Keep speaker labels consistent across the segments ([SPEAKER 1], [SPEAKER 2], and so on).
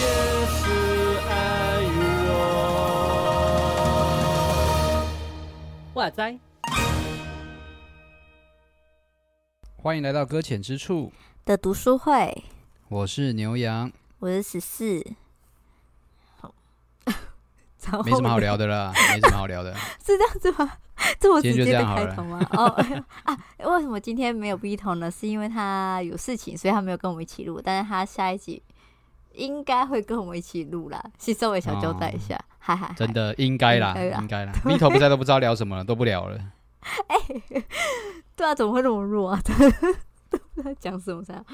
[SPEAKER 1] 也是爱与我。哇塞！
[SPEAKER 2] 欢迎来到搁浅之处，
[SPEAKER 3] 的读书会，
[SPEAKER 2] 我是牛羊，
[SPEAKER 3] 我是十四。好，
[SPEAKER 2] 没什么好聊的啦，没什么好聊 的。
[SPEAKER 3] 是这样子吗？这么直
[SPEAKER 2] 今天就
[SPEAKER 3] 接
[SPEAKER 2] 这
[SPEAKER 3] 的
[SPEAKER 2] 样好
[SPEAKER 3] 开
[SPEAKER 2] 了
[SPEAKER 3] 头吗？哦 啊，为什么今天没有 B 头呢？是因为他有事情，所以他没有跟我们一起录。但是他下一集应该会跟我们一起录啦，先稍微小交代一下，哈哈。
[SPEAKER 2] 哦真，的应该啦，
[SPEAKER 3] 应该啦
[SPEAKER 2] 应该啦。米头不在都不知道聊什么了，都不聊 了。
[SPEAKER 3] 对啊，怎么会那么弱啊？ 都不知道讲什么才好。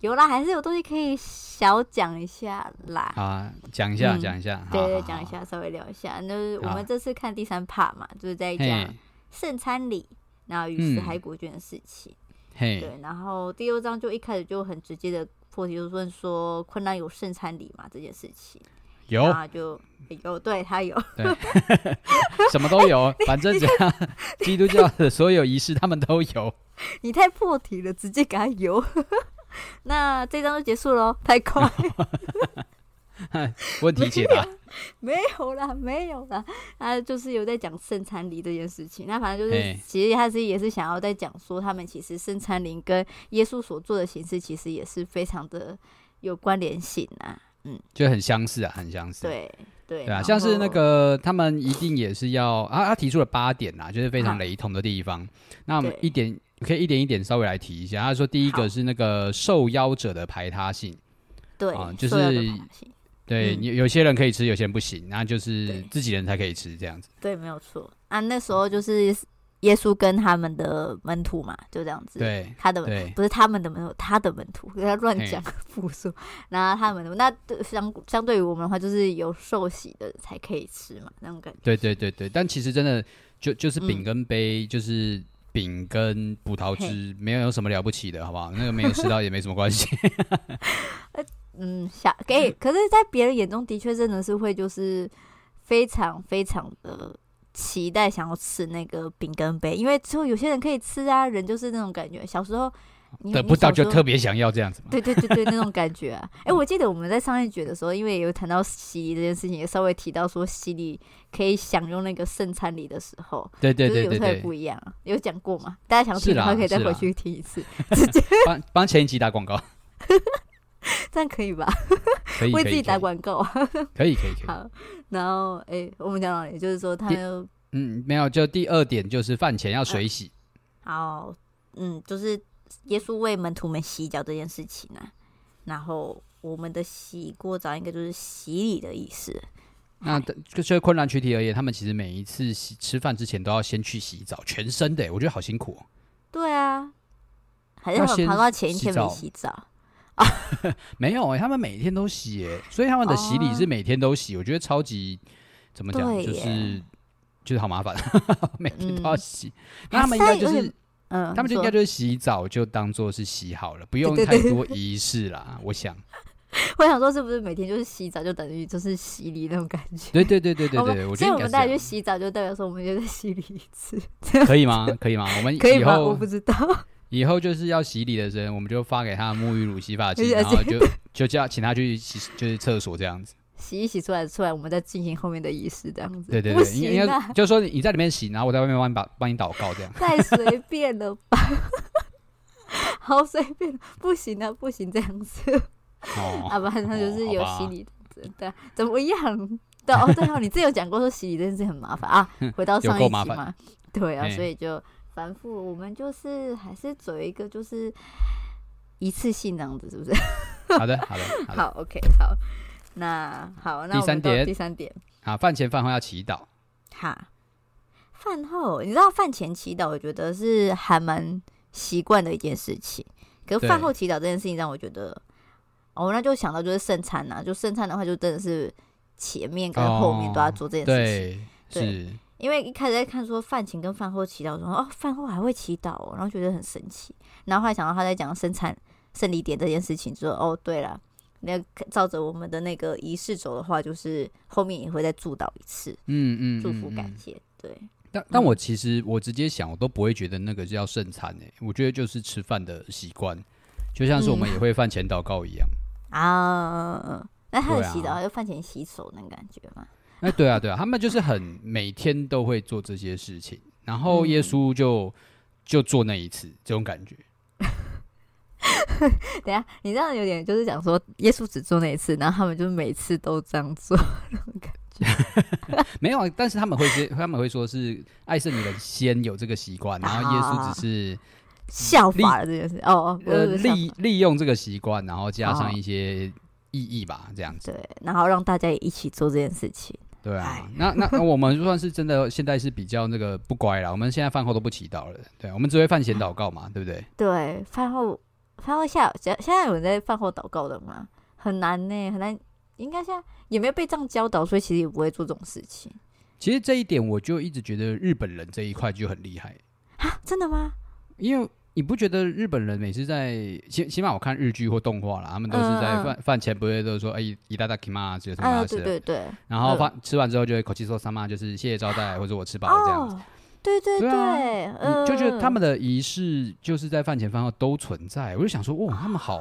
[SPEAKER 3] 有啦，还是有东西可以小讲一下啦。
[SPEAKER 2] 好啊，讲一下，
[SPEAKER 3] 嗯
[SPEAKER 2] 讲一下，
[SPEAKER 3] 对
[SPEAKER 2] 好
[SPEAKER 3] 对，讲一。下，稍微聊一下。那就是我
[SPEAKER 2] 好
[SPEAKER 3] 们这次看第三 part 嘛，就是在
[SPEAKER 2] 好
[SPEAKER 3] 讲
[SPEAKER 2] 嘿，
[SPEAKER 3] 圣餐礼，然后与死
[SPEAKER 2] 嗯
[SPEAKER 3] 海果卷的事情。
[SPEAKER 2] 嘿，
[SPEAKER 3] 对，然后第六章就一开始就很直接的破题，就是问说困难有圣餐礼嘛这件事情，
[SPEAKER 2] 有
[SPEAKER 3] 然后就哎有对他有，
[SPEAKER 2] 什么都有，反正只要基督教的所有仪式他们都有。
[SPEAKER 3] 你太破题了，直接给他有。 那这章就结束喽，太快
[SPEAKER 2] 问题解答，
[SPEAKER 3] 没有啦，没有啦，他就是有在讲圣餐礼这件事情。那反正就是
[SPEAKER 2] 嘿，
[SPEAKER 3] 其实他是也是想要在讲说，他们其实圣餐礼跟耶稣所做的形式，其实也是非常的有关联性啊。
[SPEAKER 2] 就很相似啊，很相似。
[SPEAKER 3] 对对，
[SPEAKER 2] 对啊，
[SPEAKER 3] 然
[SPEAKER 2] 像是那
[SPEAKER 3] 后
[SPEAKER 2] 个他们一定也是要啊，他提出了八点啦，就是非常
[SPEAKER 3] 啊
[SPEAKER 2] 雷同的地方。那我们
[SPEAKER 3] 对
[SPEAKER 2] 一点可以一点一点稍微来提一下。他说第一
[SPEAKER 3] 好
[SPEAKER 2] 个是那个受邀者的排他性，
[SPEAKER 3] 对
[SPEAKER 2] 啊就
[SPEAKER 3] 受邀的
[SPEAKER 2] 是
[SPEAKER 3] 排他性
[SPEAKER 2] 对，
[SPEAKER 3] 嗯
[SPEAKER 2] 你有些人可以吃，有些人不行，那就是
[SPEAKER 3] 对
[SPEAKER 2] 自己人才可以吃这样子。
[SPEAKER 3] 对，没有错啊。那时候就是耶稣跟他们的门徒嘛，就这样子。，
[SPEAKER 2] 对
[SPEAKER 3] 他的
[SPEAKER 2] 对
[SPEAKER 3] 不是他们的门徒，他的门徒，给他乱
[SPEAKER 2] 嘿
[SPEAKER 3] 讲 复数。然后他们的那对相相对于我们的话，就是有受洗的才可以吃嘛，那种感觉。
[SPEAKER 2] 对对对对，但其实真的就就是饼
[SPEAKER 3] 嗯
[SPEAKER 2] 跟杯，就是饼跟葡萄
[SPEAKER 3] 嘿
[SPEAKER 2] 汁，没有什么了不起的，好不好？那个没有吃到也没什么关系。
[SPEAKER 3] 嗯，想给，可是，在别人眼中的确真的是会就是非常非常的。期待想要吃那个饼干杯，因为只有有些人可以吃啊，人就是那种感觉。小时候， 你
[SPEAKER 2] 得
[SPEAKER 3] 你
[SPEAKER 2] 不到
[SPEAKER 3] 小时
[SPEAKER 2] 就
[SPEAKER 3] 候
[SPEAKER 2] 特别想要这样子嘛。
[SPEAKER 3] 对对对对，那种 感觉啊！哎、我记得我们在上一节的时候，因为也有谈到洗礼这件事情，也稍微提到说洗礼可以享用那个圣餐礼的时候，
[SPEAKER 2] 对对对
[SPEAKER 3] 就
[SPEAKER 2] 对
[SPEAKER 3] 是有时候也
[SPEAKER 2] 对，
[SPEAKER 3] 不一样啊。有讲过吗？大家想
[SPEAKER 2] 是
[SPEAKER 3] 听的
[SPEAKER 2] 啦
[SPEAKER 3] 话，可以再
[SPEAKER 2] 是
[SPEAKER 3] 回
[SPEAKER 2] 啦
[SPEAKER 3] 去听一次，
[SPEAKER 2] 帮帮前一集打广告，
[SPEAKER 3] 这样可以吧？
[SPEAKER 2] 可以可
[SPEAKER 3] 为
[SPEAKER 2] 以
[SPEAKER 3] 自己打广告啊。
[SPEAKER 2] 可以可以可以。
[SPEAKER 3] 好，然后哎、我们讲到哪里？就是说他
[SPEAKER 2] 第
[SPEAKER 3] 们
[SPEAKER 2] 嗯，没有，就第二点就是饭前要水洗。
[SPEAKER 3] 好，嗯，就是耶稣为门徒们洗脚这件事情啊。然后我们的洗过澡应该就是洗礼的意思。嗯
[SPEAKER 2] 那的就是困难群体而言，他们其实每一次洗吃饭之前都要先去洗澡，全身的耶，我觉得好辛苦、哦。
[SPEAKER 3] 对啊，还是
[SPEAKER 2] 要
[SPEAKER 3] 他们
[SPEAKER 2] 先
[SPEAKER 3] 爬到前一
[SPEAKER 2] 洗
[SPEAKER 3] 天
[SPEAKER 2] 澡
[SPEAKER 3] 没洗澡，
[SPEAKER 2] 没有哎、他们每天都洗耶，所以他们的洗礼
[SPEAKER 3] 哦
[SPEAKER 2] 是每天都洗，我觉得超级怎么讲，
[SPEAKER 3] 对
[SPEAKER 2] 就
[SPEAKER 3] 耶嗯
[SPEAKER 2] 是就是好麻烦， 每天都要洗。那
[SPEAKER 3] 还
[SPEAKER 2] 他们应该就
[SPEAKER 3] 有
[SPEAKER 2] 是
[SPEAKER 3] 点嗯，
[SPEAKER 2] 他们就应该就
[SPEAKER 3] 就
[SPEAKER 2] 是洗澡就当做是洗好了，不用
[SPEAKER 3] 对
[SPEAKER 2] 太
[SPEAKER 3] 对对
[SPEAKER 2] 多仪式啦。我想，
[SPEAKER 3] 我想说，是不是每天就是洗澡就等于就是洗礼那种感觉？
[SPEAKER 2] 对对对 对对
[SPEAKER 3] 我们
[SPEAKER 2] 对，我觉得
[SPEAKER 3] 所以
[SPEAKER 2] 应
[SPEAKER 3] 我
[SPEAKER 2] 该
[SPEAKER 3] 们
[SPEAKER 2] 是
[SPEAKER 3] 大
[SPEAKER 2] 这
[SPEAKER 3] 家去
[SPEAKER 2] 样
[SPEAKER 3] 洗澡，就代表说我们就在洗礼一次，
[SPEAKER 2] 可以吗？可以吗？我们
[SPEAKER 3] 可以吗？
[SPEAKER 2] 后
[SPEAKER 3] 我不知道，
[SPEAKER 2] 以后就是要洗礼的人，我们就发给他沐浴乳、洗 发
[SPEAKER 3] 而
[SPEAKER 2] 精，
[SPEAKER 3] 且
[SPEAKER 2] 然后就就叫请他去洗， 就是厕所这 样子。
[SPEAKER 3] 洗一洗出来出来，我们再进行后面的仪式，这样子。
[SPEAKER 2] 对对
[SPEAKER 3] 不
[SPEAKER 2] 对，应
[SPEAKER 3] 行
[SPEAKER 2] 应
[SPEAKER 3] 啊
[SPEAKER 2] 该，就是说你在里面洗，然后我在外面帮你把帮你祷告 这样。
[SPEAKER 3] 太随便了吧， 好随便，不行啊，不行这样子。
[SPEAKER 2] 哦，
[SPEAKER 3] 啊，不，那就是
[SPEAKER 2] 哦
[SPEAKER 3] 有
[SPEAKER 2] 好吧
[SPEAKER 3] 洗礼的，对啊，怎么一样？对哦，对哦，你自己有讲过说洗礼这件事很麻烦啊
[SPEAKER 2] 哼，
[SPEAKER 3] 回到
[SPEAKER 2] 有
[SPEAKER 3] 上
[SPEAKER 2] 够
[SPEAKER 3] 一集
[SPEAKER 2] 麻烦
[SPEAKER 3] 嘛，对啊，
[SPEAKER 2] 嘿
[SPEAKER 3] 所以就反复，我们就是还是走一个就是一次性这样子，是不是？
[SPEAKER 2] 好的好的好的
[SPEAKER 3] 好，OK，好，那好，那
[SPEAKER 2] 第
[SPEAKER 3] 我
[SPEAKER 2] 三
[SPEAKER 3] 们到
[SPEAKER 2] 点
[SPEAKER 3] 第三点，
[SPEAKER 2] 啊，饭前饭后要祈祷。
[SPEAKER 3] 哈，饭后，你知道饭前祈祷，我觉得是还蛮习惯的一件事情。可是饭
[SPEAKER 2] 对
[SPEAKER 3] 后祈祷这件事情让我觉得，哦，那就想到就是圣餐呐、就圣餐的话，就真的是前面跟后面都要做这件事情。
[SPEAKER 2] 哦对，
[SPEAKER 3] 对
[SPEAKER 2] 是，嗯
[SPEAKER 3] 因为一开始在看说饭前跟饭后祈祷，说哦，饭后还会祈祷、哦，然后觉得很神奇。然后后来想到他在讲生产胜利点这件事情，之后，哦，对了，那照着我们的那个仪式走的话，就是后面也会再祝祷一次，
[SPEAKER 2] 嗯嗯，
[SPEAKER 3] 祝福
[SPEAKER 2] 嗯
[SPEAKER 3] 感
[SPEAKER 2] 嗯
[SPEAKER 3] 谢。对，
[SPEAKER 2] 但但
[SPEAKER 3] 嗯
[SPEAKER 2] 我其实我直接想，我都不会觉得那个叫圣餐诶、我觉得就是吃饭的习惯，就像是我
[SPEAKER 3] 嗯
[SPEAKER 2] 们也会饭前祷告一样。
[SPEAKER 3] 啊，那他的
[SPEAKER 2] 对啊
[SPEAKER 3] 洗澡还有饭前洗手那种感觉嘛？
[SPEAKER 2] 哎，对啊，对啊，他们就是很每天都会做这些事情，然后耶
[SPEAKER 3] 嗯
[SPEAKER 2] 稣就、就做那一次，这种感觉。
[SPEAKER 3] 等一下，你这样有点就是讲说耶稣只做那一次，然后他们就每次都这样做，
[SPEAKER 2] 嗯没有，啊但是他们会是他们会说是爱圣灵的先有这个习惯，然后耶稣只是
[SPEAKER 3] 效法啊了这件事。哦哦，不
[SPEAKER 2] 呃
[SPEAKER 3] 是不是效法
[SPEAKER 2] 利利用这个习惯，然后加
[SPEAKER 3] 哦
[SPEAKER 2] 上一些意义吧，这样子。
[SPEAKER 3] 对，然后让大家也一起做这件事情。
[SPEAKER 2] 对啊
[SPEAKER 3] 哎，
[SPEAKER 2] 那那那我们就算是真的现在是比较那个不乖了，我们现在饭后都不祈祷了，对，我们只会饭前祷告嘛，对不对？
[SPEAKER 3] 对，饭后饭后下现现在有人在饭后祷告的吗？很难呢，很难。应该现在也没有被这样教导，所以其实也不会做这种事 情
[SPEAKER 2] 其实这一点我就一直觉得日本人这一块就很厉害，
[SPEAKER 3] 啊？真的吗？
[SPEAKER 2] 因为你不觉得日本人每次在起起码我看日剧或动画啦，他们都是
[SPEAKER 3] 嗯
[SPEAKER 2] 在
[SPEAKER 3] 嗯
[SPEAKER 2] 饭饭前不会都说哎一大大 k i m a 什么
[SPEAKER 3] 啊，
[SPEAKER 2] 什
[SPEAKER 3] 对
[SPEAKER 2] 么，
[SPEAKER 3] 对嗯对，
[SPEAKER 2] 然后饭吃完之后就会口气说三妈就是谢谢招待或者我吃饱了这样子，
[SPEAKER 3] 哦，对对
[SPEAKER 2] 对啊
[SPEAKER 3] 对，
[SPEAKER 2] 你
[SPEAKER 3] 嗯，
[SPEAKER 2] 就觉得他们的仪式就是在饭前饭后都存在。我就想说，
[SPEAKER 3] 啊
[SPEAKER 2] 哇，他们好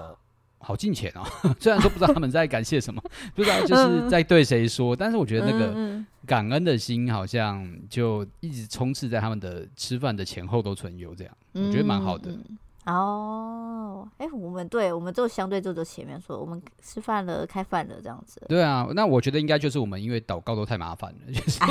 [SPEAKER 2] 好敬虔哦。 虽然说不知道他们在感谢什么， 不知道就是在对谁说，但是我觉得那个
[SPEAKER 3] 嗯嗯嗯
[SPEAKER 2] 感恩的心好像就一直充斥在他们的吃饭的前后都存有这样。
[SPEAKER 3] 嗯
[SPEAKER 2] 我觉得蛮好的
[SPEAKER 3] 嗯嗯哦，哎、我们对，我们就相对就就前面说，我们吃饭了，开饭了这样子。
[SPEAKER 2] 对啊，那我觉得应该就是我们因为祷告都太麻烦了，就是
[SPEAKER 3] 哎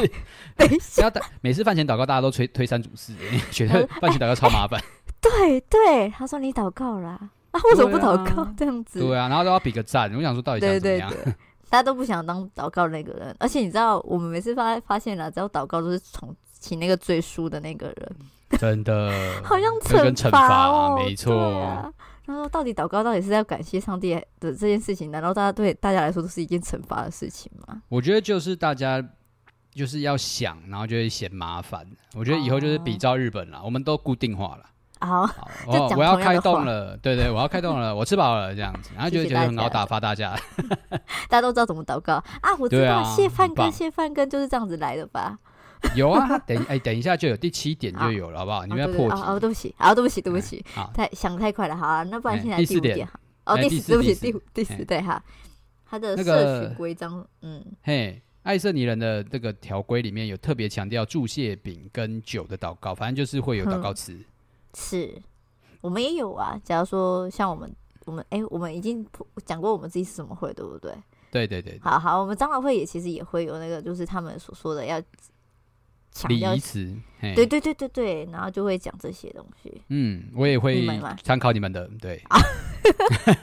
[SPEAKER 3] 等一下
[SPEAKER 2] 要祷每次饭前祷告大家都推推三阻四， 觉 得饭前祷告超麻烦。
[SPEAKER 3] 对对，他说你祷告啦，啊，为什么不祷
[SPEAKER 2] 对
[SPEAKER 3] 告、
[SPEAKER 2] 啊
[SPEAKER 3] 这样 子？
[SPEAKER 2] 对啊，然后都要比个赞，啊我想说到底想
[SPEAKER 3] 对
[SPEAKER 2] 怎么
[SPEAKER 3] 对
[SPEAKER 2] 样？
[SPEAKER 3] 对大家都不想当祷告那个人，而且你知道，我们每次发发现了，只要祷告都是从请那个最输的那个人，
[SPEAKER 2] 真的，
[SPEAKER 3] 好像
[SPEAKER 2] 这嗯跟
[SPEAKER 3] 惩
[SPEAKER 2] 罚
[SPEAKER 3] 哦，
[SPEAKER 2] 没错。
[SPEAKER 3] 对啊然后到底祷告到底是要感谢上帝的这件事情，难道大家对大家来说都是一件惩罚的事情吗？
[SPEAKER 2] 我觉得就是大家就是要想，然后就会嫌麻烦。我觉得以后就是比照日本啦，我们都固定化了。好，
[SPEAKER 3] 啊、哦 就讲
[SPEAKER 2] 我
[SPEAKER 3] 同
[SPEAKER 2] 我
[SPEAKER 3] 样
[SPEAKER 2] 要
[SPEAKER 3] 的
[SPEAKER 2] 开动了，对对，我要开动了，我吃饱了这样子，然后就
[SPEAKER 3] 谢
[SPEAKER 2] 会
[SPEAKER 3] 谢
[SPEAKER 2] 觉得
[SPEAKER 3] 大
[SPEAKER 2] 很好
[SPEAKER 3] 家
[SPEAKER 2] 打发大家。
[SPEAKER 3] 大家都知道怎么祷告啊！我知
[SPEAKER 2] 对
[SPEAKER 3] 道
[SPEAKER 2] 啊
[SPEAKER 3] 谢饭
[SPEAKER 2] 很
[SPEAKER 3] 根，
[SPEAKER 2] 棒
[SPEAKER 3] 谢饭根就是这样子来的吧？
[SPEAKER 2] 有啊，他等哎等一下就有第七点就有了，好不好？你们
[SPEAKER 3] 啊
[SPEAKER 2] 要
[SPEAKER 3] 对
[SPEAKER 2] 破
[SPEAKER 3] 对
[SPEAKER 2] 题哎
[SPEAKER 3] 哦哦，对不起，啊，对不起，对不起，
[SPEAKER 2] 好，
[SPEAKER 3] 太想太快了，好啊，那不然
[SPEAKER 2] 哎
[SPEAKER 3] 现在
[SPEAKER 2] 第
[SPEAKER 3] 第
[SPEAKER 2] 四
[SPEAKER 3] 五点
[SPEAKER 2] 点
[SPEAKER 3] 哈，哦，
[SPEAKER 2] 哎
[SPEAKER 3] 第
[SPEAKER 2] 第
[SPEAKER 3] 四，
[SPEAKER 2] 四
[SPEAKER 3] 对不
[SPEAKER 2] 第
[SPEAKER 3] 起，
[SPEAKER 2] 四
[SPEAKER 3] 第五第四
[SPEAKER 2] 哎
[SPEAKER 3] 对哈，他的
[SPEAKER 2] 那
[SPEAKER 3] 社
[SPEAKER 2] 个
[SPEAKER 3] 群规章，嗯，
[SPEAKER 2] 嘿。爱圣尼人的这个条规里面有特别强调注谢饼跟酒的祷告，反正就是会有
[SPEAKER 3] 嗯
[SPEAKER 2] 祷告词。
[SPEAKER 3] 是我们也有啊，假如说像我们。我们哎、我们已经讲过我们自己是什么会，对不对？
[SPEAKER 2] 对对对，
[SPEAKER 3] 好好，我们长老会也其实也会有那个，就是他们所说的要强
[SPEAKER 2] 礼
[SPEAKER 3] 调
[SPEAKER 2] 仪，词。嘿
[SPEAKER 3] 对对对对对，然后就会讲这些东西。
[SPEAKER 2] 嗯，我也会
[SPEAKER 3] 你们吗
[SPEAKER 2] 参考你们的，对。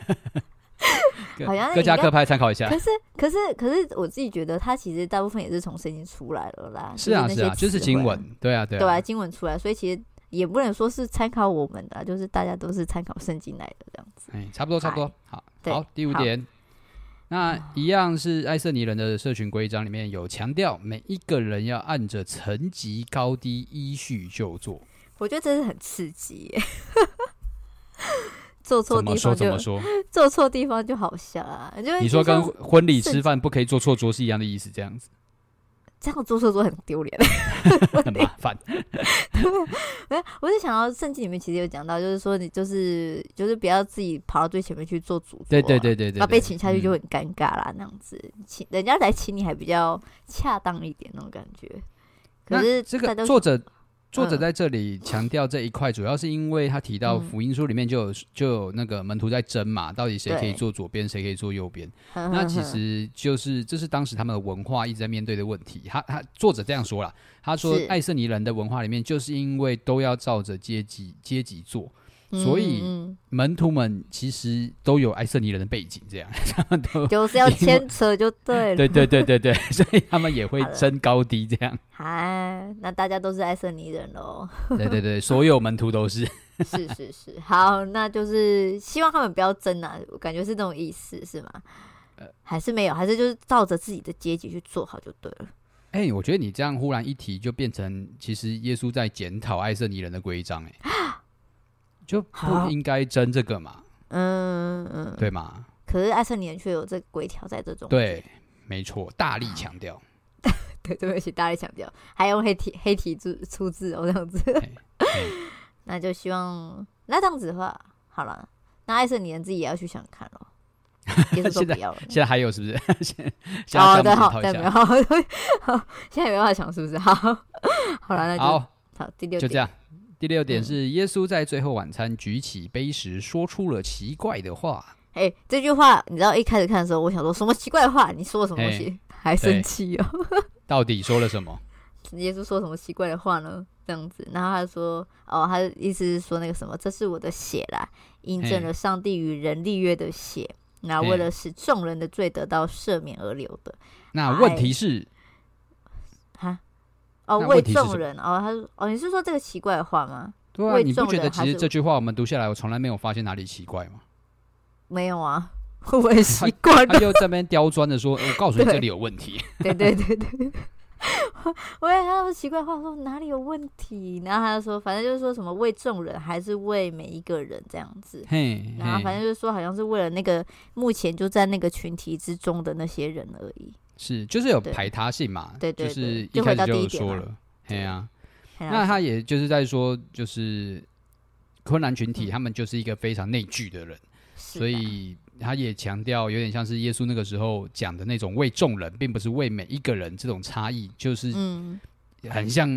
[SPEAKER 2] 各
[SPEAKER 3] 啊好像
[SPEAKER 2] 各家
[SPEAKER 3] 应该
[SPEAKER 2] 各派参考一下
[SPEAKER 3] 可。是，可是，可是，我自己觉得它其实大部分也是从圣经出来了啦。
[SPEAKER 2] 是啊，
[SPEAKER 3] 就是是那
[SPEAKER 2] 啊，
[SPEAKER 3] 些
[SPEAKER 2] 就是
[SPEAKER 3] 词
[SPEAKER 2] 经
[SPEAKER 3] 汇
[SPEAKER 2] 文，，对啊，对
[SPEAKER 3] 对啊，
[SPEAKER 2] 啊，
[SPEAKER 3] 经文出来，所以其实也不能说是参考我们的啊，就是大家都是参考圣经来的这样子。
[SPEAKER 2] 哎，差不多，差不多。好，
[SPEAKER 3] 对
[SPEAKER 2] 好，第五
[SPEAKER 3] 好
[SPEAKER 2] 点，那一样是爱瑟尼人的社群规章里面有强调，每一个人要按着层级高低依序就坐。
[SPEAKER 3] 我觉得真是很刺激耶，做错
[SPEAKER 2] 怎
[SPEAKER 3] 地
[SPEAKER 2] 么说？
[SPEAKER 3] 方
[SPEAKER 2] 怎么
[SPEAKER 3] 就
[SPEAKER 2] 说？
[SPEAKER 3] 做错地方就好笑啊！就会
[SPEAKER 2] 你说
[SPEAKER 3] 就像
[SPEAKER 2] 跟婚礼
[SPEAKER 3] 是
[SPEAKER 2] 吃饭不可以坐错桌是一样的意思，这样子
[SPEAKER 3] 这样做错做很丢脸。
[SPEAKER 2] 很麻烦。
[SPEAKER 3] 没有，我是想到圣经里面其实有讲到，就是说你就是就是不要自己跑到最前面去做主、
[SPEAKER 2] 对对对对对
[SPEAKER 3] 啊，
[SPEAKER 2] 对
[SPEAKER 3] 被请下去就
[SPEAKER 2] 嗯
[SPEAKER 3] 很尴尬啦，那样子，请人家来请你还比较恰当一点那种感觉。可
[SPEAKER 2] 那
[SPEAKER 3] 是
[SPEAKER 2] 这
[SPEAKER 3] 大家
[SPEAKER 2] 个
[SPEAKER 3] 都
[SPEAKER 2] 作者作者
[SPEAKER 3] 嗯
[SPEAKER 2] 在这里强调这一块，主要是因为他提到
[SPEAKER 3] 嗯
[SPEAKER 2] 福音书里面就有就有那个门徒在争嘛，到底谁可以
[SPEAKER 3] 对嗯
[SPEAKER 2] 坐左边，谁可以坐右边。
[SPEAKER 3] 呵呵
[SPEAKER 2] 那其
[SPEAKER 3] 呵
[SPEAKER 2] 实就是这是当时他们的文化一直在面对的问题。他他作者这样说啦，他说
[SPEAKER 3] 是
[SPEAKER 2] 爱瑟尼人的文化里面，就是因为都要照着阶级阶级做，
[SPEAKER 3] 嗯
[SPEAKER 2] 所以
[SPEAKER 3] 嗯
[SPEAKER 2] 门徒们其实都有爱瑟尼人的背景，这样 他们都
[SPEAKER 3] 嗯就是要
[SPEAKER 2] 因为
[SPEAKER 3] 牵扯就对 了。
[SPEAKER 2] 对对对对对，所以他们也会
[SPEAKER 3] 好了
[SPEAKER 2] 争高低这 样。
[SPEAKER 3] 哎，那大家都是爱森尼人喽。
[SPEAKER 2] 对对对，所有门徒都是。
[SPEAKER 3] 是是是，好，那就是希望他们不要争啊，我感觉是这种意思是吗？
[SPEAKER 2] 呃
[SPEAKER 3] 还是没有，还是就是照着自己的阶级去做好就对了。
[SPEAKER 2] 哎、我觉得你这样忽然一提，就变成其实耶稣在检讨爱色尼人的规章、 哎，就不
[SPEAKER 3] 好
[SPEAKER 2] 应该争这个嘛，
[SPEAKER 3] 嗯嗯，
[SPEAKER 2] 对吗？
[SPEAKER 3] 可可是爱胜年却有这个规条在这种，
[SPEAKER 2] 对，没错，大力强 调。
[SPEAKER 3] 对对不起，大力强调，还用黑体黑体字出字哦，这样子。
[SPEAKER 2] 嘿
[SPEAKER 3] 那就希望那这样子的话，好了，那艾森你自己也要去想想 看咯。也是说不要了。
[SPEAKER 2] 现在还有是不是？ 现现在
[SPEAKER 3] 好
[SPEAKER 2] 要这
[SPEAKER 3] 的，
[SPEAKER 2] 样
[SPEAKER 3] 好，
[SPEAKER 2] 检
[SPEAKER 3] 哦
[SPEAKER 2] 讨一
[SPEAKER 3] 对，没有，
[SPEAKER 2] 下。
[SPEAKER 3] 好， 现在没办法想，是不是？好，好了，那就
[SPEAKER 2] 好，
[SPEAKER 3] 好第六
[SPEAKER 2] 就这
[SPEAKER 3] 点，
[SPEAKER 2] 样。第六点
[SPEAKER 3] 嗯
[SPEAKER 2] 是耶稣在最后晚餐举起杯时说出了奇怪的话，
[SPEAKER 3] 哎、这句话你知道一开始看的时候，我想说什么奇怪的话，你说了什么东西？还生气哦、
[SPEAKER 2] 到底说了什么？
[SPEAKER 3] 耶稣说什么奇怪的话呢？这样子，然后他说，哦，他的意思是说那个什么，这是我的血啦，印
[SPEAKER 2] 嘿
[SPEAKER 3] 证了上帝与人立约的血，那
[SPEAKER 2] 嘿
[SPEAKER 3] 为了使众人的罪得到赦免而流的。
[SPEAKER 2] 那问题是，
[SPEAKER 3] 哈，
[SPEAKER 2] 那
[SPEAKER 3] 哦，为
[SPEAKER 2] 问题是什
[SPEAKER 3] 众
[SPEAKER 2] 么
[SPEAKER 3] 人哦，他说哦，你是说这个奇怪的话吗？
[SPEAKER 2] 对啊，
[SPEAKER 3] 为
[SPEAKER 2] 你不
[SPEAKER 3] 众
[SPEAKER 2] 觉得
[SPEAKER 3] 人
[SPEAKER 2] 其
[SPEAKER 3] 还
[SPEAKER 2] 实
[SPEAKER 3] 是
[SPEAKER 2] 这句话我们读下来，我从来没有发现哪里奇怪 吗？
[SPEAKER 3] 没有啊， 我也习惯
[SPEAKER 2] 他
[SPEAKER 3] 了。
[SPEAKER 2] 就在那边刁钻的说：“我告诉你，
[SPEAKER 3] 对
[SPEAKER 2] 这里有问题。
[SPEAKER 3] 对对对对， 我也他说奇怪的话说哪里有问题，然后他就说反正就是说什么为众人还是为每一个人这样子”，
[SPEAKER 2] 嘿，
[SPEAKER 3] 然后
[SPEAKER 2] 嘿
[SPEAKER 3] 反正就是说好像是为了那个目前就在那个群体之中的那些人而已。
[SPEAKER 2] 是就是有
[SPEAKER 3] 对
[SPEAKER 2] 排他性嘛，
[SPEAKER 3] 对对
[SPEAKER 2] 就
[SPEAKER 3] 对
[SPEAKER 2] 是一
[SPEAKER 3] 就
[SPEAKER 2] 开
[SPEAKER 3] 回
[SPEAKER 2] 始
[SPEAKER 3] 到
[SPEAKER 2] 就
[SPEAKER 3] 第
[SPEAKER 2] 有
[SPEAKER 3] 一点
[SPEAKER 2] 说
[SPEAKER 3] 嘛
[SPEAKER 2] 了，嘿呀、
[SPEAKER 3] 然后
[SPEAKER 2] 那他也就是在说，就是昆兰群体他们就是一个非常内聚的人，
[SPEAKER 3] 嗯是
[SPEAKER 2] 所
[SPEAKER 3] 的
[SPEAKER 2] 以他也强调，有点像是耶稣那个时候讲的那种为众人，并不是为每一个人这种差异，就是
[SPEAKER 3] 嗯，
[SPEAKER 2] 很像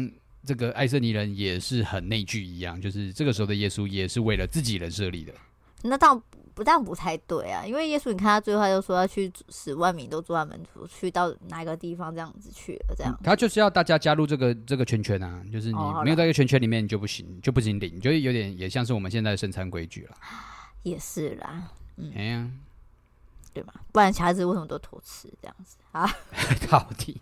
[SPEAKER 2] 这个爱色尼人也是很内聚一样，就是这个时候的耶稣也是为了自己人设立的。
[SPEAKER 3] 那当不但不太对啊，因为耶稣你看他最后他就说要去使万民都做他门徒，去到哪个地方这样子去了这样。
[SPEAKER 2] 他就是要大家加入这个这个圈圈啊，就是你
[SPEAKER 3] 哦好
[SPEAKER 2] 没有
[SPEAKER 3] 啦
[SPEAKER 2] 在一个圈圈里面，你就不行，你就不行领，你就有点也像是我们现在的生产规矩了。
[SPEAKER 3] 也是啦，
[SPEAKER 2] 哎呀，
[SPEAKER 3] 对吧？不然小子为什么都偷吃这样子？ 啊
[SPEAKER 2] 到底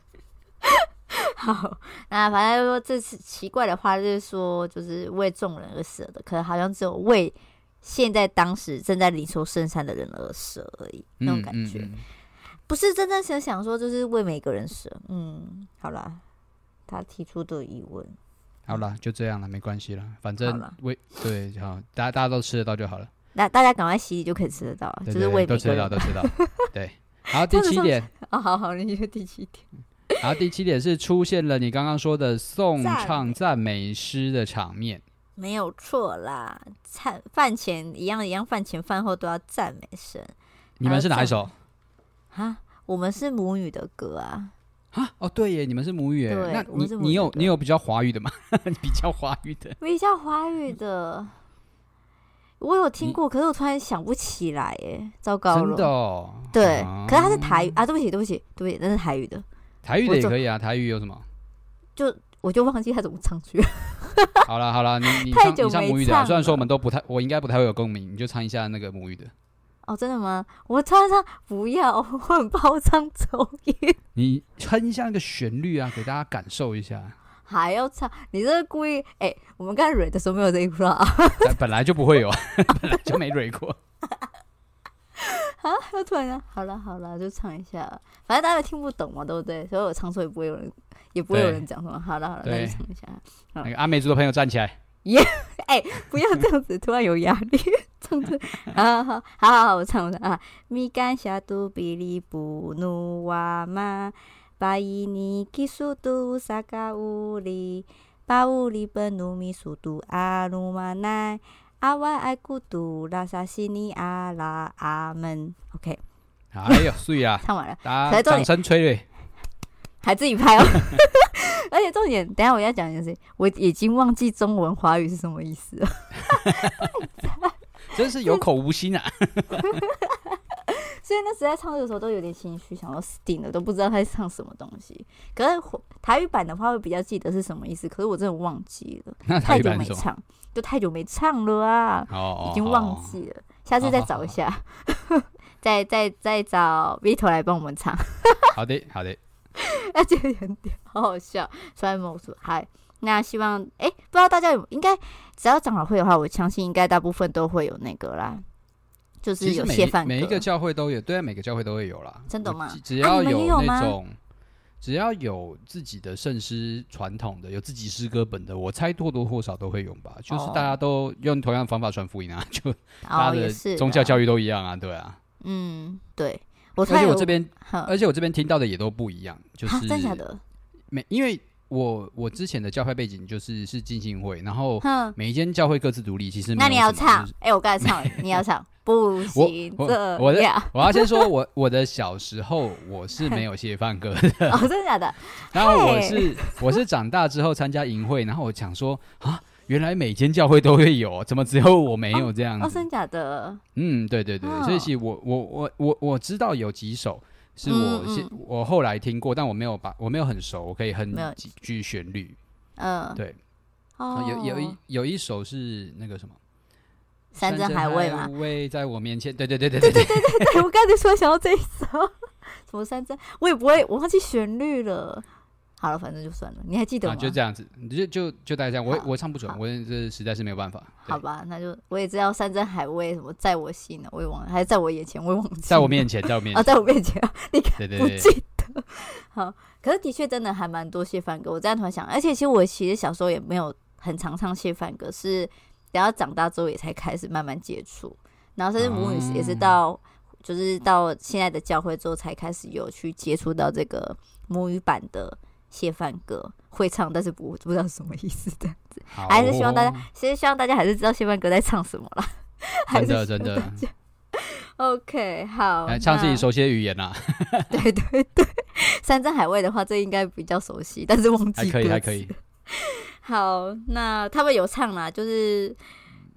[SPEAKER 3] 好，那反正说这次奇怪的话就是说，就是为众人而舍的，可好像只有为现在当时正在领受圣餐的人而舍而已，那种感觉，
[SPEAKER 2] 嗯嗯嗯
[SPEAKER 3] 不是真正想想说就是为每个人舍。嗯，好啦，他提出的疑问，
[SPEAKER 2] 好了，就这样了，没关系了，反
[SPEAKER 3] 好
[SPEAKER 2] 正
[SPEAKER 3] 啦
[SPEAKER 2] 为对好，大家大家都吃得到就好了，
[SPEAKER 3] 那大家赶快洗礼就可以吃得到，
[SPEAKER 2] 对
[SPEAKER 3] 就是
[SPEAKER 2] 对
[SPEAKER 3] 为
[SPEAKER 2] 对，
[SPEAKER 3] 每
[SPEAKER 2] 都吃
[SPEAKER 3] 个
[SPEAKER 2] 得到，都
[SPEAKER 3] 人。
[SPEAKER 2] 吃 得到，对。然后第七点，
[SPEAKER 3] 哦，好好，你就第七点。
[SPEAKER 2] 然后第七点是出现了你刚刚说的颂
[SPEAKER 3] 赞
[SPEAKER 2] 唱
[SPEAKER 3] 美
[SPEAKER 2] 赞美诗的场面，
[SPEAKER 3] 没有错啦，餐饭前一样一样，饭前饭后都要赞美神
[SPEAKER 2] 你
[SPEAKER 3] 呃
[SPEAKER 2] 们是哪一首？
[SPEAKER 3] 啊！我们是母语的歌 啊，
[SPEAKER 2] 啊，哦，对耶，你们是母语耶，
[SPEAKER 3] 对
[SPEAKER 2] 那
[SPEAKER 3] 我
[SPEAKER 2] 你
[SPEAKER 3] 们是母
[SPEAKER 2] 你
[SPEAKER 3] 语
[SPEAKER 2] 有
[SPEAKER 3] 的
[SPEAKER 2] 你有比较华语的吗？ 你比较华语的，
[SPEAKER 3] 微笑华语的，我有听过，可是我突然想不起来耶，糟糕了。
[SPEAKER 2] 真的哦，
[SPEAKER 3] 对，
[SPEAKER 2] 啊
[SPEAKER 3] 可是它是台语啊，对不起，对不起，对不起，那是台语的，
[SPEAKER 2] 台语
[SPEAKER 3] 我
[SPEAKER 2] 的也
[SPEAKER 3] 就
[SPEAKER 2] 可以啊，台语有什么？
[SPEAKER 3] 就我就忘记它怎么唱去了。
[SPEAKER 2] 好啦好啦，你你
[SPEAKER 3] 太
[SPEAKER 2] 唱
[SPEAKER 3] 久
[SPEAKER 2] 你唱
[SPEAKER 3] 没
[SPEAKER 2] 母语的啊，
[SPEAKER 3] 唱
[SPEAKER 2] 虽然说
[SPEAKER 3] 了
[SPEAKER 2] 我们都不太，我应该不太会有共鸣，你就唱一下那个母语的。
[SPEAKER 3] 哦，真的吗？ 我突然唱不要， 我很怕唱走音，
[SPEAKER 2] 你哼一下那个旋律啊，给大家感受一下。
[SPEAKER 3] 还要唱，你这是故意？哎、我们刚才蕊的时候没有这一块啊，
[SPEAKER 2] 本本来就不会有， 本来就没蕊过。
[SPEAKER 3] 又突然好了好了，就唱一下，啊反正大家都听不懂嘛，对不对？所以我唱错也不会有人，也不会有
[SPEAKER 2] 对
[SPEAKER 3] 人讲什么。好了好了，那
[SPEAKER 2] 对
[SPEAKER 3] 就唱一下。啊
[SPEAKER 2] 那个阿美族的朋友站起来，
[SPEAKER 3] 不要这样子，突然有压力， 唱着，好好好好好，我唱我唱啊，米干夏杜比利布努瓦玛，巴伊尼基苏杜萨嘎乌里，巴乌里本努米苏杜阿努玛奈，阿瓦艾古杜拉萨西尼阿拉阿门。OK，
[SPEAKER 2] 哎呦，碎啊！
[SPEAKER 3] 唱完了，
[SPEAKER 2] 大
[SPEAKER 3] 谁
[SPEAKER 2] 家
[SPEAKER 3] 做
[SPEAKER 2] 掌
[SPEAKER 3] 你
[SPEAKER 2] 声催泪。
[SPEAKER 3] 还自己拍哦。 而且重点，等一下我要讲一件事情，我已经忘记中文华语是什么意思了，
[SPEAKER 2] 真是有口无心啊！
[SPEAKER 3] 所以那时在唱这个时候都有点心虚，想说死定了，都不知道他在唱什么东西。可是华台语版的话会比较记得是什么意思，可是我真的忘记了，
[SPEAKER 2] 那台
[SPEAKER 3] 太
[SPEAKER 2] 语
[SPEAKER 3] 久
[SPEAKER 2] 版
[SPEAKER 3] 没
[SPEAKER 2] 是什么？
[SPEAKER 3] 唱，就太久没唱了啊，
[SPEAKER 2] 哦，
[SPEAKER 3] 已经
[SPEAKER 2] 哦
[SPEAKER 3] 忘。记了，下次再找一下， 再再再找 Vito 来帮我们唱。
[SPEAKER 2] 哦好的，好的。
[SPEAKER 3] 那这个很屌，好好笑。虽然某组嗨，那希望哎、不知道大家有应该只要长老会的话，我相信应该大部分都会有那个啦，就是
[SPEAKER 2] 其实
[SPEAKER 3] 有
[SPEAKER 2] 每
[SPEAKER 3] 谢
[SPEAKER 2] 一
[SPEAKER 3] 饭歌。
[SPEAKER 2] 每一个教会都有，对啊，每个教会都会有啦。
[SPEAKER 3] 真的
[SPEAKER 2] 我
[SPEAKER 3] 吗
[SPEAKER 2] 只只
[SPEAKER 3] 啊
[SPEAKER 2] 要
[SPEAKER 3] 你们也有
[SPEAKER 2] 那
[SPEAKER 3] 吗
[SPEAKER 2] 种，只要有自己的圣诗传统的，有自己诗歌本的，我猜或多或少都会有吧。就是
[SPEAKER 3] 哦
[SPEAKER 2] 大家都用同样的方法传福音啊，就
[SPEAKER 3] 哦
[SPEAKER 2] 大家
[SPEAKER 3] 也
[SPEAKER 2] 的
[SPEAKER 3] 是
[SPEAKER 2] 宗教
[SPEAKER 3] 育，
[SPEAKER 2] 教育都一样啊，对啊。
[SPEAKER 3] 嗯，对我
[SPEAKER 2] 而
[SPEAKER 3] 猜
[SPEAKER 2] 且
[SPEAKER 3] 有
[SPEAKER 2] 我这边，
[SPEAKER 3] 哼
[SPEAKER 2] 而且我这边听到的也都不一样，呃就是
[SPEAKER 3] 哈啊真假的，
[SPEAKER 2] 每因为我我之前的教会背景就是是浸信会，然后
[SPEAKER 3] 哼，
[SPEAKER 2] 每一间教会各自独立，其实没
[SPEAKER 3] 那
[SPEAKER 2] 有
[SPEAKER 3] 你要
[SPEAKER 2] 什么
[SPEAKER 3] 唱
[SPEAKER 2] 就是，
[SPEAKER 3] 哎，我刚才 唱了，你要唱，不行，
[SPEAKER 2] 我
[SPEAKER 3] 这
[SPEAKER 2] 我的
[SPEAKER 3] 样，
[SPEAKER 2] 我要先说我我的小时候我是没有谢饭歌的，
[SPEAKER 3] 哦，真的假的？
[SPEAKER 2] 然后我
[SPEAKER 3] 嘿
[SPEAKER 2] 是我是长大之后参加营会，然后我想说啊，原来每间教会都会有，哦怎么只有我没有这样
[SPEAKER 3] 哦，
[SPEAKER 2] 子？
[SPEAKER 3] 真假的？
[SPEAKER 2] 嗯，对对对，
[SPEAKER 3] 哦
[SPEAKER 2] 所以其实我我我我我知道有几首是我
[SPEAKER 3] 嗯
[SPEAKER 2] 先、
[SPEAKER 3] 嗯
[SPEAKER 2] 我后来听过，但我没有把我没有很熟，我可以哼
[SPEAKER 3] 没有
[SPEAKER 2] 几句旋律。
[SPEAKER 3] 嗯，
[SPEAKER 2] 对，
[SPEAKER 3] 哦，
[SPEAKER 2] 有有一有一首是那个什么
[SPEAKER 3] 山珍海味嘛。
[SPEAKER 2] 味在我面前。对对对对对对对，
[SPEAKER 3] 对，我刚才说想要这一首， 什么山珍，我也不会，我忘记旋律了。好了，反正就算了，你还记得
[SPEAKER 2] 啊，
[SPEAKER 3] 吗？
[SPEAKER 2] 就这样子，你就就就大概这样。我
[SPEAKER 3] 好
[SPEAKER 2] 我唱不准
[SPEAKER 3] 好，
[SPEAKER 2] 我这实在是没有办法。对
[SPEAKER 3] 好，吧，那就我也知道山珍海味什么在我心呢，我也忘了，还是在我眼前，我也忘记了。
[SPEAKER 2] 在我面前，在我面
[SPEAKER 3] 啊，
[SPEAKER 2] 前，
[SPEAKER 3] 在我面前，
[SPEAKER 2] 对对
[SPEAKER 3] 不
[SPEAKER 2] 对，
[SPEAKER 3] 记得。好，可是的确真的还蛮多谢饭歌，我这样突然想，而且其实我其实小时候也没有很常唱谢饭歌，是等到长大之后也才开始慢慢接触，然后甚至母
[SPEAKER 2] 哦
[SPEAKER 3] 语也是到、就是到现在的教会之后才开始有去接触到这个母语版的谢饭歌，会唱但是不不知道是什么意思的，
[SPEAKER 2] 好
[SPEAKER 3] 还是希望大
[SPEAKER 2] 哦
[SPEAKER 3] 家其实希望大家还是知道谢饭歌在唱什么啦，还
[SPEAKER 2] 真的
[SPEAKER 3] 是希
[SPEAKER 2] 真
[SPEAKER 3] 望
[SPEAKER 2] 的，
[SPEAKER 3] OK 好，
[SPEAKER 2] 来唱自己
[SPEAKER 3] 那
[SPEAKER 2] 熟悉的语言啦，啊
[SPEAKER 3] 对对对，山珍海味的话，这应该比较熟悉，但是忘
[SPEAKER 2] 还
[SPEAKER 3] 记
[SPEAKER 2] 可以
[SPEAKER 3] 歌
[SPEAKER 2] 还
[SPEAKER 3] 词
[SPEAKER 2] 可以。
[SPEAKER 3] 好，那他们有唱啦，就是，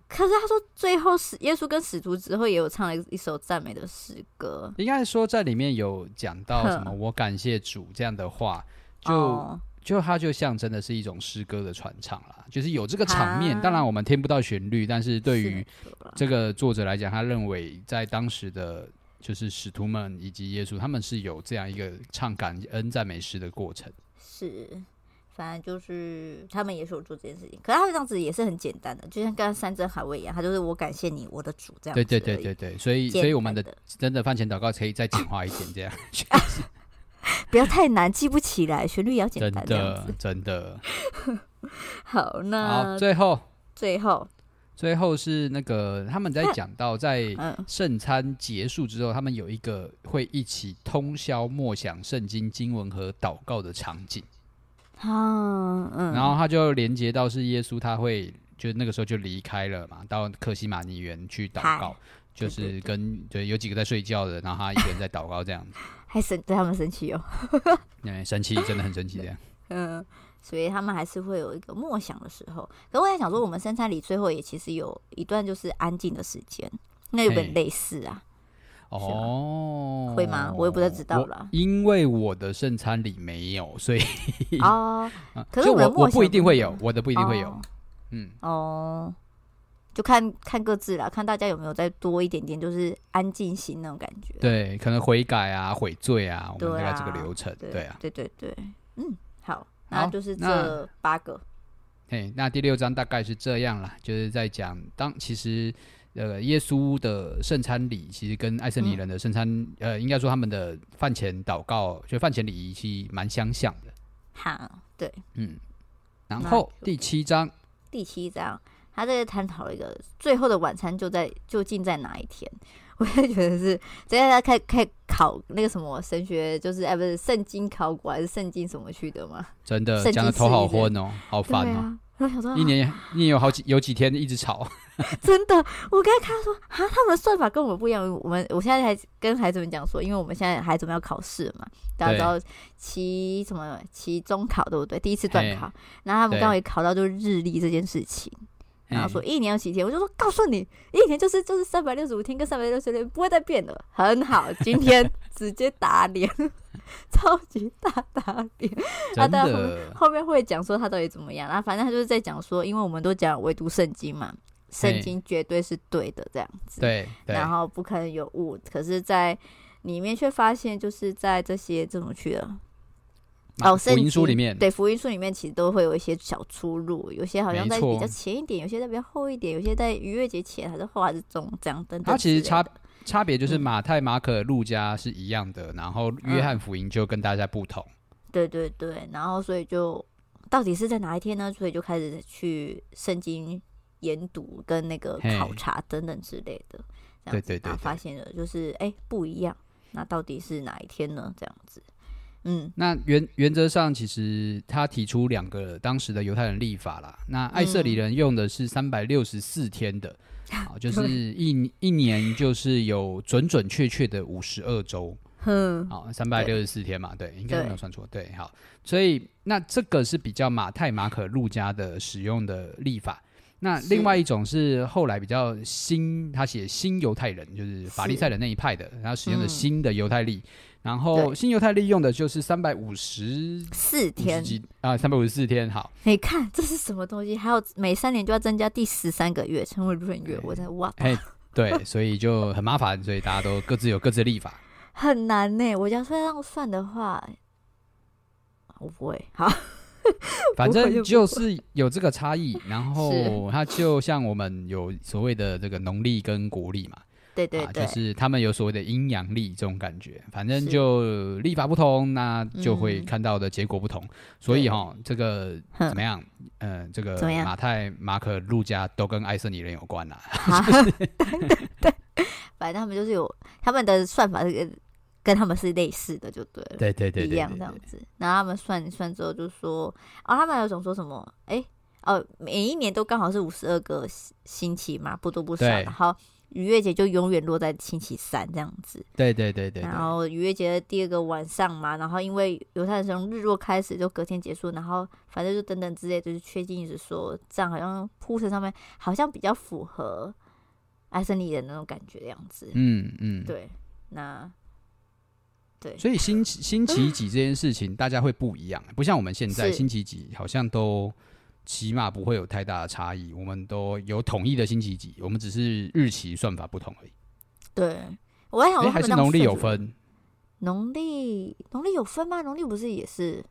[SPEAKER 3] 可是他说最后使耶稣跟使徒之后也有唱了一首赞美的诗歌，
[SPEAKER 2] 应该说在里面有讲到什么“
[SPEAKER 3] 哼
[SPEAKER 2] 我感谢主”这样的话，就、
[SPEAKER 3] 哦、
[SPEAKER 2] 就它就象征的是一种诗歌的传唱啦，就是有这个场面。
[SPEAKER 3] 啊
[SPEAKER 2] 当然我们听不到旋律，但是对
[SPEAKER 3] 是
[SPEAKER 2] 于
[SPEAKER 3] 没错啦
[SPEAKER 2] 这个作者来讲，他认为在当时的就是使徒们以及耶稣，他们是有这样一个唱感恩赞美诗的过程。
[SPEAKER 3] 是，反正就是他们也是有做这件事情，可是他们这样子也是很简单的，就像刚刚山珍海味一样，他就是我感谢你，我的主这样子
[SPEAKER 2] 对
[SPEAKER 3] 而已，
[SPEAKER 2] 对对对对，所以
[SPEAKER 3] 简
[SPEAKER 2] 所以我们的
[SPEAKER 3] 单的
[SPEAKER 2] 真的饭前祷告可以再简化一点，这样
[SPEAKER 3] 不要太难，记不起来，旋律也要 简
[SPEAKER 2] 真
[SPEAKER 3] 单这样
[SPEAKER 2] 的
[SPEAKER 3] 子。
[SPEAKER 2] 真的
[SPEAKER 3] 好，
[SPEAKER 2] 好。
[SPEAKER 3] 那
[SPEAKER 2] 最后
[SPEAKER 3] 最后，
[SPEAKER 2] 最后是那个他们在讲到在。
[SPEAKER 3] 嗯，
[SPEAKER 2] 圣餐结束之后，他们有一个会一起通宵默想圣经经文和祷告的场景，
[SPEAKER 3] 啊，嗯，
[SPEAKER 2] 然后他就连接到是耶稣，他会就那个时候就离开了嘛，到克西马尼园去祷告
[SPEAKER 3] 嗨，
[SPEAKER 2] 就
[SPEAKER 3] 对
[SPEAKER 2] 是
[SPEAKER 3] 对对
[SPEAKER 2] 跟对有几个在睡觉的，然后他一个人在祷告这样子，
[SPEAKER 3] 还生对他们生气哦。
[SPEAKER 2] 哎，神奇，真的很神奇这样。
[SPEAKER 3] 嗯，所以他们还是会有一个默想的时候。可我在想说，我们生产里最后也其实有一段就是安静的时间，那有
[SPEAKER 2] 嘿
[SPEAKER 3] 点类似啊。
[SPEAKER 2] 哦，
[SPEAKER 3] 会吗我也不太知道啦
[SPEAKER 2] 我因为我的圣餐里没有，所以
[SPEAKER 3] 哦
[SPEAKER 2] 啊
[SPEAKER 3] 可是
[SPEAKER 2] 就
[SPEAKER 3] 我的
[SPEAKER 2] 我我
[SPEAKER 3] 默
[SPEAKER 2] 不一
[SPEAKER 3] 想
[SPEAKER 2] 定
[SPEAKER 3] 不
[SPEAKER 2] 会
[SPEAKER 3] 一
[SPEAKER 2] 有
[SPEAKER 3] 样，
[SPEAKER 2] 我的不一定会有
[SPEAKER 3] 哦，
[SPEAKER 2] 嗯，
[SPEAKER 3] 哦，就看看各自啦，看大家有没有再多一点点，就是安静心那种感觉。
[SPEAKER 2] 对，可能悔改啊、悔罪啊，我们
[SPEAKER 3] 对
[SPEAKER 2] 大概这个
[SPEAKER 3] 啊
[SPEAKER 2] 流程，对啊。
[SPEAKER 3] 对对对，嗯，好，那就是
[SPEAKER 2] 那
[SPEAKER 3] 这八个。
[SPEAKER 2] 嘿，那第六章大概是这样啦，就是在讲当其实呃耶稣的圣餐礼，其实跟艾森尼人的圣餐、呃，应该说他们的饭前祷告，就饭前礼仪其实蛮相像的，
[SPEAKER 3] 好，对，
[SPEAKER 2] 嗯。然
[SPEAKER 3] 那
[SPEAKER 2] 后
[SPEAKER 3] 就
[SPEAKER 2] 第七章，
[SPEAKER 3] 第七章，他这个探讨了一个最后的晚餐就在究竟在哪一天？ 我也觉得是，直接他开开考那个什么神学，就是哎，不是圣经考古还是圣经什么去的吗？
[SPEAKER 2] 真的
[SPEAKER 3] 圣
[SPEAKER 2] 讲的
[SPEAKER 3] 经
[SPEAKER 2] 头
[SPEAKER 3] 是
[SPEAKER 2] 好
[SPEAKER 3] 一个
[SPEAKER 2] 昏哦，好
[SPEAKER 3] 对
[SPEAKER 2] 烦哦，
[SPEAKER 3] 啊，我想说，啊
[SPEAKER 2] 一年一年有好几有几天一直吵，
[SPEAKER 3] 真的，我刚才看他说啊，他们的算法跟我们不一样。我们我现在还跟孩子们讲说，因为我们现在孩子们要考试了嘛，大家知道期什么期中考对不对？第一次段
[SPEAKER 2] 嘿
[SPEAKER 3] 考，然后他们
[SPEAKER 2] 对
[SPEAKER 3] 刚好也考到就是日历这件事情。 然后
[SPEAKER 2] 嗯
[SPEAKER 3] 说一年有几天，我就说告诉你，一年就是就是三百六十五天跟三百六十六天不会再变的，很好，今 天直接打脸， 超级大打脸。
[SPEAKER 2] 哎真
[SPEAKER 3] 啊对啊
[SPEAKER 2] 的
[SPEAKER 3] 后面会讲说他到底怎么样，然啊后反正他就是在讲说，因为我们都讲唯独圣经嘛，
[SPEAKER 2] 嘿
[SPEAKER 3] 圣经绝对是对的这样子，
[SPEAKER 2] 对对，
[SPEAKER 3] 然后不可能有误，可是，在里面却发现就是在这些怎么去了。
[SPEAKER 2] 啊
[SPEAKER 3] 哦，
[SPEAKER 2] 福音
[SPEAKER 3] 圣
[SPEAKER 2] 书里
[SPEAKER 3] 经
[SPEAKER 2] 面
[SPEAKER 3] 对福音书里面其实都会有一些小出入，有些好像
[SPEAKER 2] 没
[SPEAKER 3] 在
[SPEAKER 2] 错
[SPEAKER 3] 比较前一点，有些在比较后一点，有些在逾越节前还是后还是中这样等等之类的。
[SPEAKER 2] 它其实差差别就是
[SPEAKER 3] 嗯
[SPEAKER 2] 马太、马可、路加是一样的，然后约翰福音就跟大家不同。
[SPEAKER 3] 对对对，然后所以就到底是在哪一天呢？所以就开始去圣经研读跟那个
[SPEAKER 2] 嘿
[SPEAKER 3] 考察等等之类的。这
[SPEAKER 2] 对
[SPEAKER 3] 样子，
[SPEAKER 2] 对对
[SPEAKER 3] 然后
[SPEAKER 2] 对
[SPEAKER 3] 发现了就是哎、不一样，那到底是哪一天呢？这样子，嗯，
[SPEAKER 2] 那原原则上，其实他提出两个当时的犹太人立法啦。那
[SPEAKER 3] 嗯
[SPEAKER 2] 艾瑟里人用的是三百六十四天 的，啊，就是一一年就是有准准确确的五十二周，
[SPEAKER 3] 哼，
[SPEAKER 2] 啊，三百六十四天嘛，对，应该
[SPEAKER 3] 嗯对
[SPEAKER 2] 没有算错，对，好，所以那这个是比较马太、马可、路加的使用的历法。那
[SPEAKER 3] 是
[SPEAKER 2] 另外一种是后来比较新，他写新犹太人，就是法利赛人那一派的，然后使用的
[SPEAKER 3] 嗯
[SPEAKER 2] 新的犹太历。然后
[SPEAKER 3] 对
[SPEAKER 2] 新犹太历用的就是三百五十
[SPEAKER 3] 四
[SPEAKER 2] 五十
[SPEAKER 3] 天，
[SPEAKER 2] 几啊，三百五十四天。好，
[SPEAKER 3] 你看这是什么东西？还有每三年就要增加第十三个月，成为闰月
[SPEAKER 2] 哎，
[SPEAKER 3] 我在哇，
[SPEAKER 2] 哎，对，所以就很麻烦，所以大家都各自有各自的历法。
[SPEAKER 3] 很难呢。我要这样算的话，我不会，好，
[SPEAKER 2] 反
[SPEAKER 3] 不会
[SPEAKER 2] 正
[SPEAKER 3] 就不
[SPEAKER 2] 就是有这个差异，然后
[SPEAKER 3] 是
[SPEAKER 2] 它就像我们有所谓的这个农历跟国历嘛，
[SPEAKER 3] 对对
[SPEAKER 2] 啊，
[SPEAKER 3] 对，
[SPEAKER 2] 就是他们有所谓的阴阳历这种感觉，反正
[SPEAKER 3] 是
[SPEAKER 2] 就立法不同，那就会
[SPEAKER 3] 嗯
[SPEAKER 2] 看到的结果不同。所以哈、这个
[SPEAKER 3] 哼
[SPEAKER 2] 怎么样？呃，这个
[SPEAKER 3] 怎么样
[SPEAKER 2] 马太、马可、路加都跟艾瑟尼人有关啦、
[SPEAKER 3] 好， 反正他们就是有他们的算法是跟跟他们是类似的，就对了，
[SPEAKER 2] 对对对
[SPEAKER 3] 一样这样子。然后他们算一算之后就说，哦，他们还有种说什么，哎、哦，每一年都刚好是五十二个星星期嘛，不多不少。
[SPEAKER 2] 对
[SPEAKER 3] 然后逾越节就永远落在星期三这样子。
[SPEAKER 2] 对对对对对
[SPEAKER 3] 然后逾越节的第二个晚上嘛，然后因为犹太人是从日落开始，就隔天结束，然后反正就等等之类，就是确定是说这样好像铺陈上面好像比较符合爱森里的那种感觉的样子。
[SPEAKER 2] 嗯嗯，。
[SPEAKER 3] 对，那对，
[SPEAKER 2] 所以星期星期几这件事情，大家会不一样，不像我们现在
[SPEAKER 3] 是
[SPEAKER 2] 星期几好像都起码不会有太大的差异，我们都有统一的星期几，我们只是日期算法不同而已。
[SPEAKER 3] 对，我也想
[SPEAKER 2] 哎，
[SPEAKER 3] 说
[SPEAKER 2] 还
[SPEAKER 3] 他
[SPEAKER 2] 是
[SPEAKER 3] 们那种
[SPEAKER 2] 农历有
[SPEAKER 3] 顺序
[SPEAKER 2] 分，
[SPEAKER 3] 农历农历有分吗？农历不是也是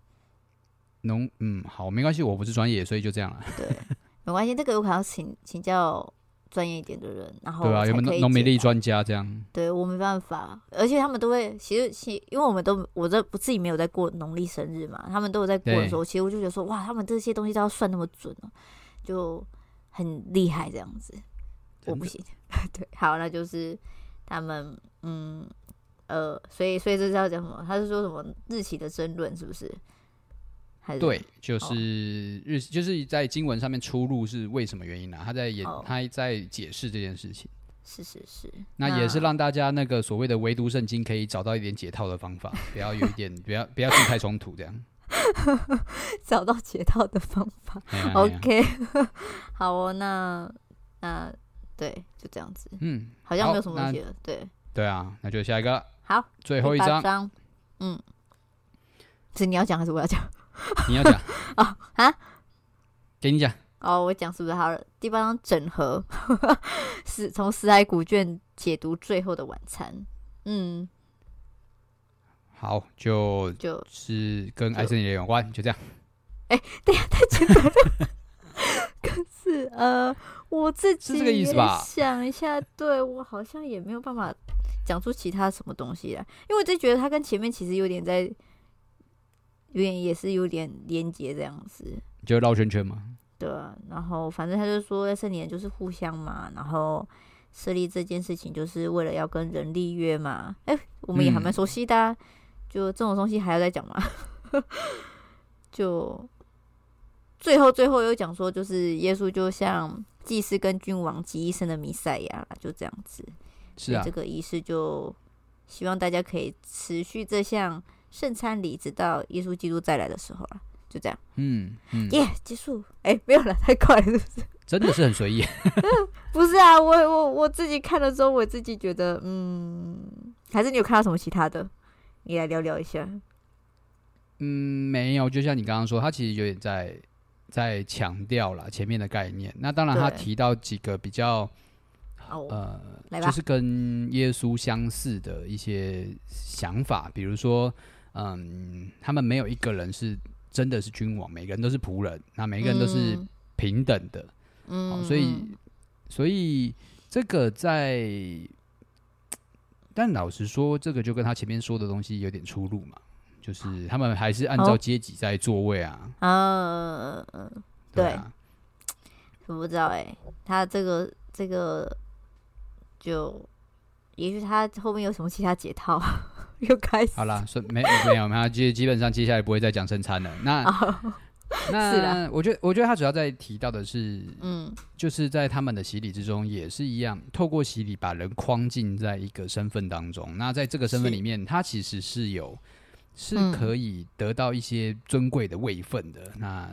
[SPEAKER 2] 农嗯好，没关系，我不是专业，所以就这样了，
[SPEAKER 3] 对，没关系，这个有可能要请请教专业一点的人，然后
[SPEAKER 2] 对啊，
[SPEAKER 3] 哦才
[SPEAKER 2] 有没
[SPEAKER 3] 可
[SPEAKER 2] 有
[SPEAKER 3] 以
[SPEAKER 2] 农民
[SPEAKER 3] 解
[SPEAKER 2] 力
[SPEAKER 3] 答
[SPEAKER 2] 专家这样？
[SPEAKER 3] 对我没办法，而且他们都会，其实其因为我们都我这我自己没有在过农历生日嘛，他们都有在过的时候，其实我就觉得说哇，他们这些东西都要算那么准哦、就很厉害这样子，我不行。 对，好，那就是他们嗯呃，所以所以这是要讲什么？他是说什么日期的争论是不是？还是
[SPEAKER 2] 对，就是日、就是在经文上面出入是为什么原因呢、啊他在演、
[SPEAKER 3] 哦
[SPEAKER 2] 他在解释这件事情，
[SPEAKER 3] 是是是，
[SPEAKER 2] 那也是让大家那个所谓的唯独圣经可以找到一点解套的方 法，不要有一点不要不要去太冲突这样。
[SPEAKER 3] 找到解套的方法。
[SPEAKER 2] 哎呀哎呀
[SPEAKER 3] OK，好哦，那那对，就这样子，
[SPEAKER 2] 嗯，
[SPEAKER 3] 好像
[SPEAKER 2] 好
[SPEAKER 3] 没有什么
[SPEAKER 2] 那
[SPEAKER 3] 东西了。对，
[SPEAKER 2] 对啊，那就下一个了
[SPEAKER 3] 好，
[SPEAKER 2] 最后一
[SPEAKER 3] 第八
[SPEAKER 2] 张，
[SPEAKER 3] 张，嗯，是你要讲还是我要讲？
[SPEAKER 2] 你要讲
[SPEAKER 3] 哦啊，
[SPEAKER 2] 给你讲，
[SPEAKER 3] 哦，我讲是不是好了？第八张整合 是从死海古卷解读最后的晚餐，嗯，
[SPEAKER 2] 好，就
[SPEAKER 3] 就是
[SPEAKER 2] 跟艾森尼人有关，就这样。
[SPEAKER 3] 是呃，我自己
[SPEAKER 2] 是这个意思吧
[SPEAKER 3] 也想一下，对我好像也没有办法讲出其他什么东西来，因为我就觉得它跟前面其实有点在，有点也是有点连接这样子，
[SPEAKER 2] 就绕圈圈嘛，
[SPEAKER 3] 对啊、然后反正他就说，圣年就是互相嘛，然后设立这件事情就是为了要跟人立约嘛，哎、我们也还蛮
[SPEAKER 2] 嗯
[SPEAKER 3] 熟悉的、啊，就这种东西还要再讲吗？ 就最后最后又讲说，就是耶稣就像祭司跟君王及一生的弥赛亚啦，就这样子。
[SPEAKER 2] 是啊
[SPEAKER 3] 所以这，个仪式就希望大家可以持续这项圣餐礼，直到耶稣基督再来的时候啦，就这样，
[SPEAKER 2] 嗯嗯，
[SPEAKER 3] 耶、结束。哎、没有了，太快了，是不是？
[SPEAKER 2] 真的是很随意。
[SPEAKER 3] 不是啊，我我我自己看了之后，我自己觉得，嗯，还是你有看到什么其他的？你来聊聊一下。
[SPEAKER 2] 嗯，没有，就像你刚刚说，他其实有点在在强调了前面的概念。那当然，他
[SPEAKER 3] 对
[SPEAKER 2] 提到几个比较
[SPEAKER 3] 哦，
[SPEAKER 2] 呃，
[SPEAKER 3] 来
[SPEAKER 2] 就
[SPEAKER 3] 吧。
[SPEAKER 2] 是跟耶稣相似的一些想法，比如说，嗯，他们没有一个人是真的是君王，每个人都是仆人，那每个人都是
[SPEAKER 3] 嗯，
[SPEAKER 2] 平等的。好
[SPEAKER 3] 嗯
[SPEAKER 2] 所以
[SPEAKER 3] 嗯
[SPEAKER 2] 所以这个在，但老实说，这个就跟他前面说的东西有点出入嘛，就是他们还是按照
[SPEAKER 3] 哦
[SPEAKER 2] 阶级在座位啊，
[SPEAKER 3] 啊，嗯嗯
[SPEAKER 2] 啊，
[SPEAKER 3] 欸我不知道哎、他这个这个就也许他后面有什么其他解套， 又开始
[SPEAKER 2] 好啦，说没没有没有，基基本上接下来不会再讲生餐了。那、
[SPEAKER 3] 哦是啊
[SPEAKER 2] 那
[SPEAKER 3] 啦
[SPEAKER 2] 我觉得我觉得他主要在提到的是，
[SPEAKER 3] 嗯
[SPEAKER 2] 就是在他们的洗礼之中也是一样，透过洗礼把人框进在一个身份当中。那在这个身份
[SPEAKER 3] 是
[SPEAKER 2] 里面，他其实是有是
[SPEAKER 3] 嗯
[SPEAKER 2] 可以得到一些尊贵的位分的。那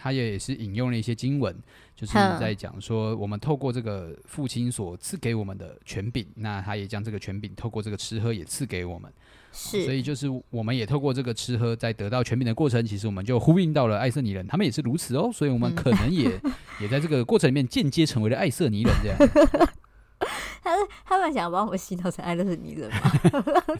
[SPEAKER 2] 他也是引用了一些经文，就是
[SPEAKER 3] 哼
[SPEAKER 2] 在讲说，我们透过这个父亲所赐给我们的权柄，那他也将这个权柄透过这个吃喝也赐给我们。
[SPEAKER 3] 是，
[SPEAKER 2] 所以就是我们也透过这个吃喝，在得到权柄的过程，其实我们就呼应到了爱瑟尼人，他们也是如此哦。所以我们
[SPEAKER 3] 嗯
[SPEAKER 2] 可能也、 也在这个过程里面间接成为了爱瑟尼人这样。
[SPEAKER 3] 他是他们想把我们洗脑成爱乐是你人嘛？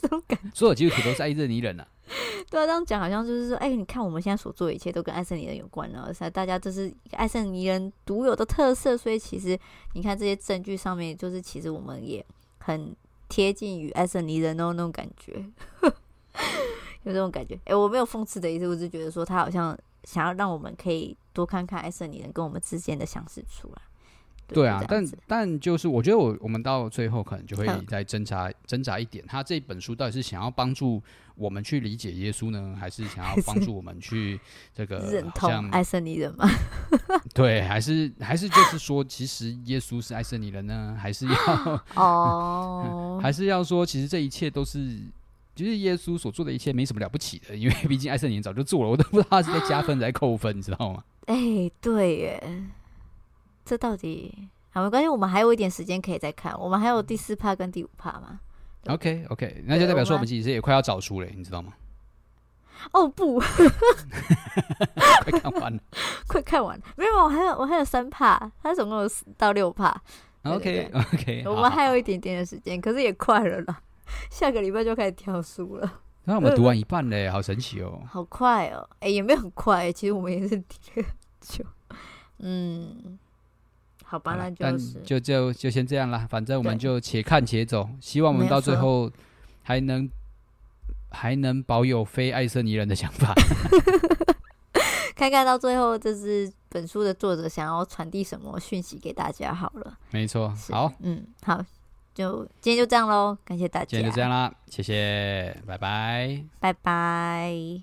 [SPEAKER 3] 这种感
[SPEAKER 2] 所有基督徒都是爱瑟尼人啊。
[SPEAKER 3] 觉，对啊，这样讲好像就是说，哎、你看我们现在所做的一切都跟爱圣尼人有关了，是啊大家这是爱圣尼人独有的特色，所以其实你看这些证据上面，就是其实我们也很贴近于爱圣尼人哦，那种感觉， 有这种感觉。哎、我没有讽刺的意思，我只是觉得说他好像想要让我们可以多看看爱圣尼人跟我们之间的相似处啦。
[SPEAKER 2] 对啊
[SPEAKER 3] 就，这样
[SPEAKER 2] 但
[SPEAKER 3] 子
[SPEAKER 2] 但就是我觉得我我们到最后可能就会
[SPEAKER 3] 嗯
[SPEAKER 2] 再挣扎挣扎一点，他这本书到底是想要帮助我们去理解耶稣呢，还是想要
[SPEAKER 3] 还是
[SPEAKER 2] 帮助我们去这个
[SPEAKER 3] 认
[SPEAKER 2] 呃好
[SPEAKER 3] 同
[SPEAKER 2] 像
[SPEAKER 3] 爱圣尼 人嘛？
[SPEAKER 2] 对，还是还是就是说，其实耶稣是爱瑟尼人呢，还 是要？
[SPEAKER 3] 哦，
[SPEAKER 2] 还是要说，其实这一切都是，就是耶稣所做的一切没什么了不起的， 因为毕竟艾瑟年早就做了，我都不知道他是在加分还是在扣分，你知道吗？
[SPEAKER 3] 哎、对耶，这到底啊，没关系，我们还有一点时间可以再看，我们还有
[SPEAKER 2] 嗯
[SPEAKER 3] 第四趴跟第五趴嘛？
[SPEAKER 2] OK OK，那就代表说我们其实也快要早熟了，你知道吗？
[SPEAKER 3] 哦不，
[SPEAKER 2] 快 看完了。
[SPEAKER 3] 快看完了，没有，我还有我还有三趴，它总共有四到六趴，对
[SPEAKER 2] OK
[SPEAKER 3] 对
[SPEAKER 2] OK，
[SPEAKER 3] 我们还有一点点的时间，可是也快了啦， 下个礼拜就开始挑书了，
[SPEAKER 2] 那我们读完一半嘞，好神奇哦。
[SPEAKER 3] 好快哦，哎、也没有很快、其实我们也是挺久，嗯，好吧，
[SPEAKER 2] 好啦
[SPEAKER 3] 那
[SPEAKER 2] 但
[SPEAKER 3] 就是
[SPEAKER 2] 就就就先这样啦，反正我们
[SPEAKER 3] 对
[SPEAKER 2] 就且看且走，希望我们
[SPEAKER 3] 没有
[SPEAKER 2] 到最
[SPEAKER 3] 错
[SPEAKER 2] 后还能还能保有非爱瑟尼人的想法。
[SPEAKER 3] 看看到最后，这是本书的作者想要传递什么讯息给大家好了。
[SPEAKER 2] 没错，
[SPEAKER 3] 是
[SPEAKER 2] 好，，
[SPEAKER 3] 嗯，好，就今天啊就这样喽，感谢大家，
[SPEAKER 2] 今天就这样啦，谢谢，拜拜。
[SPEAKER 3] 拜拜。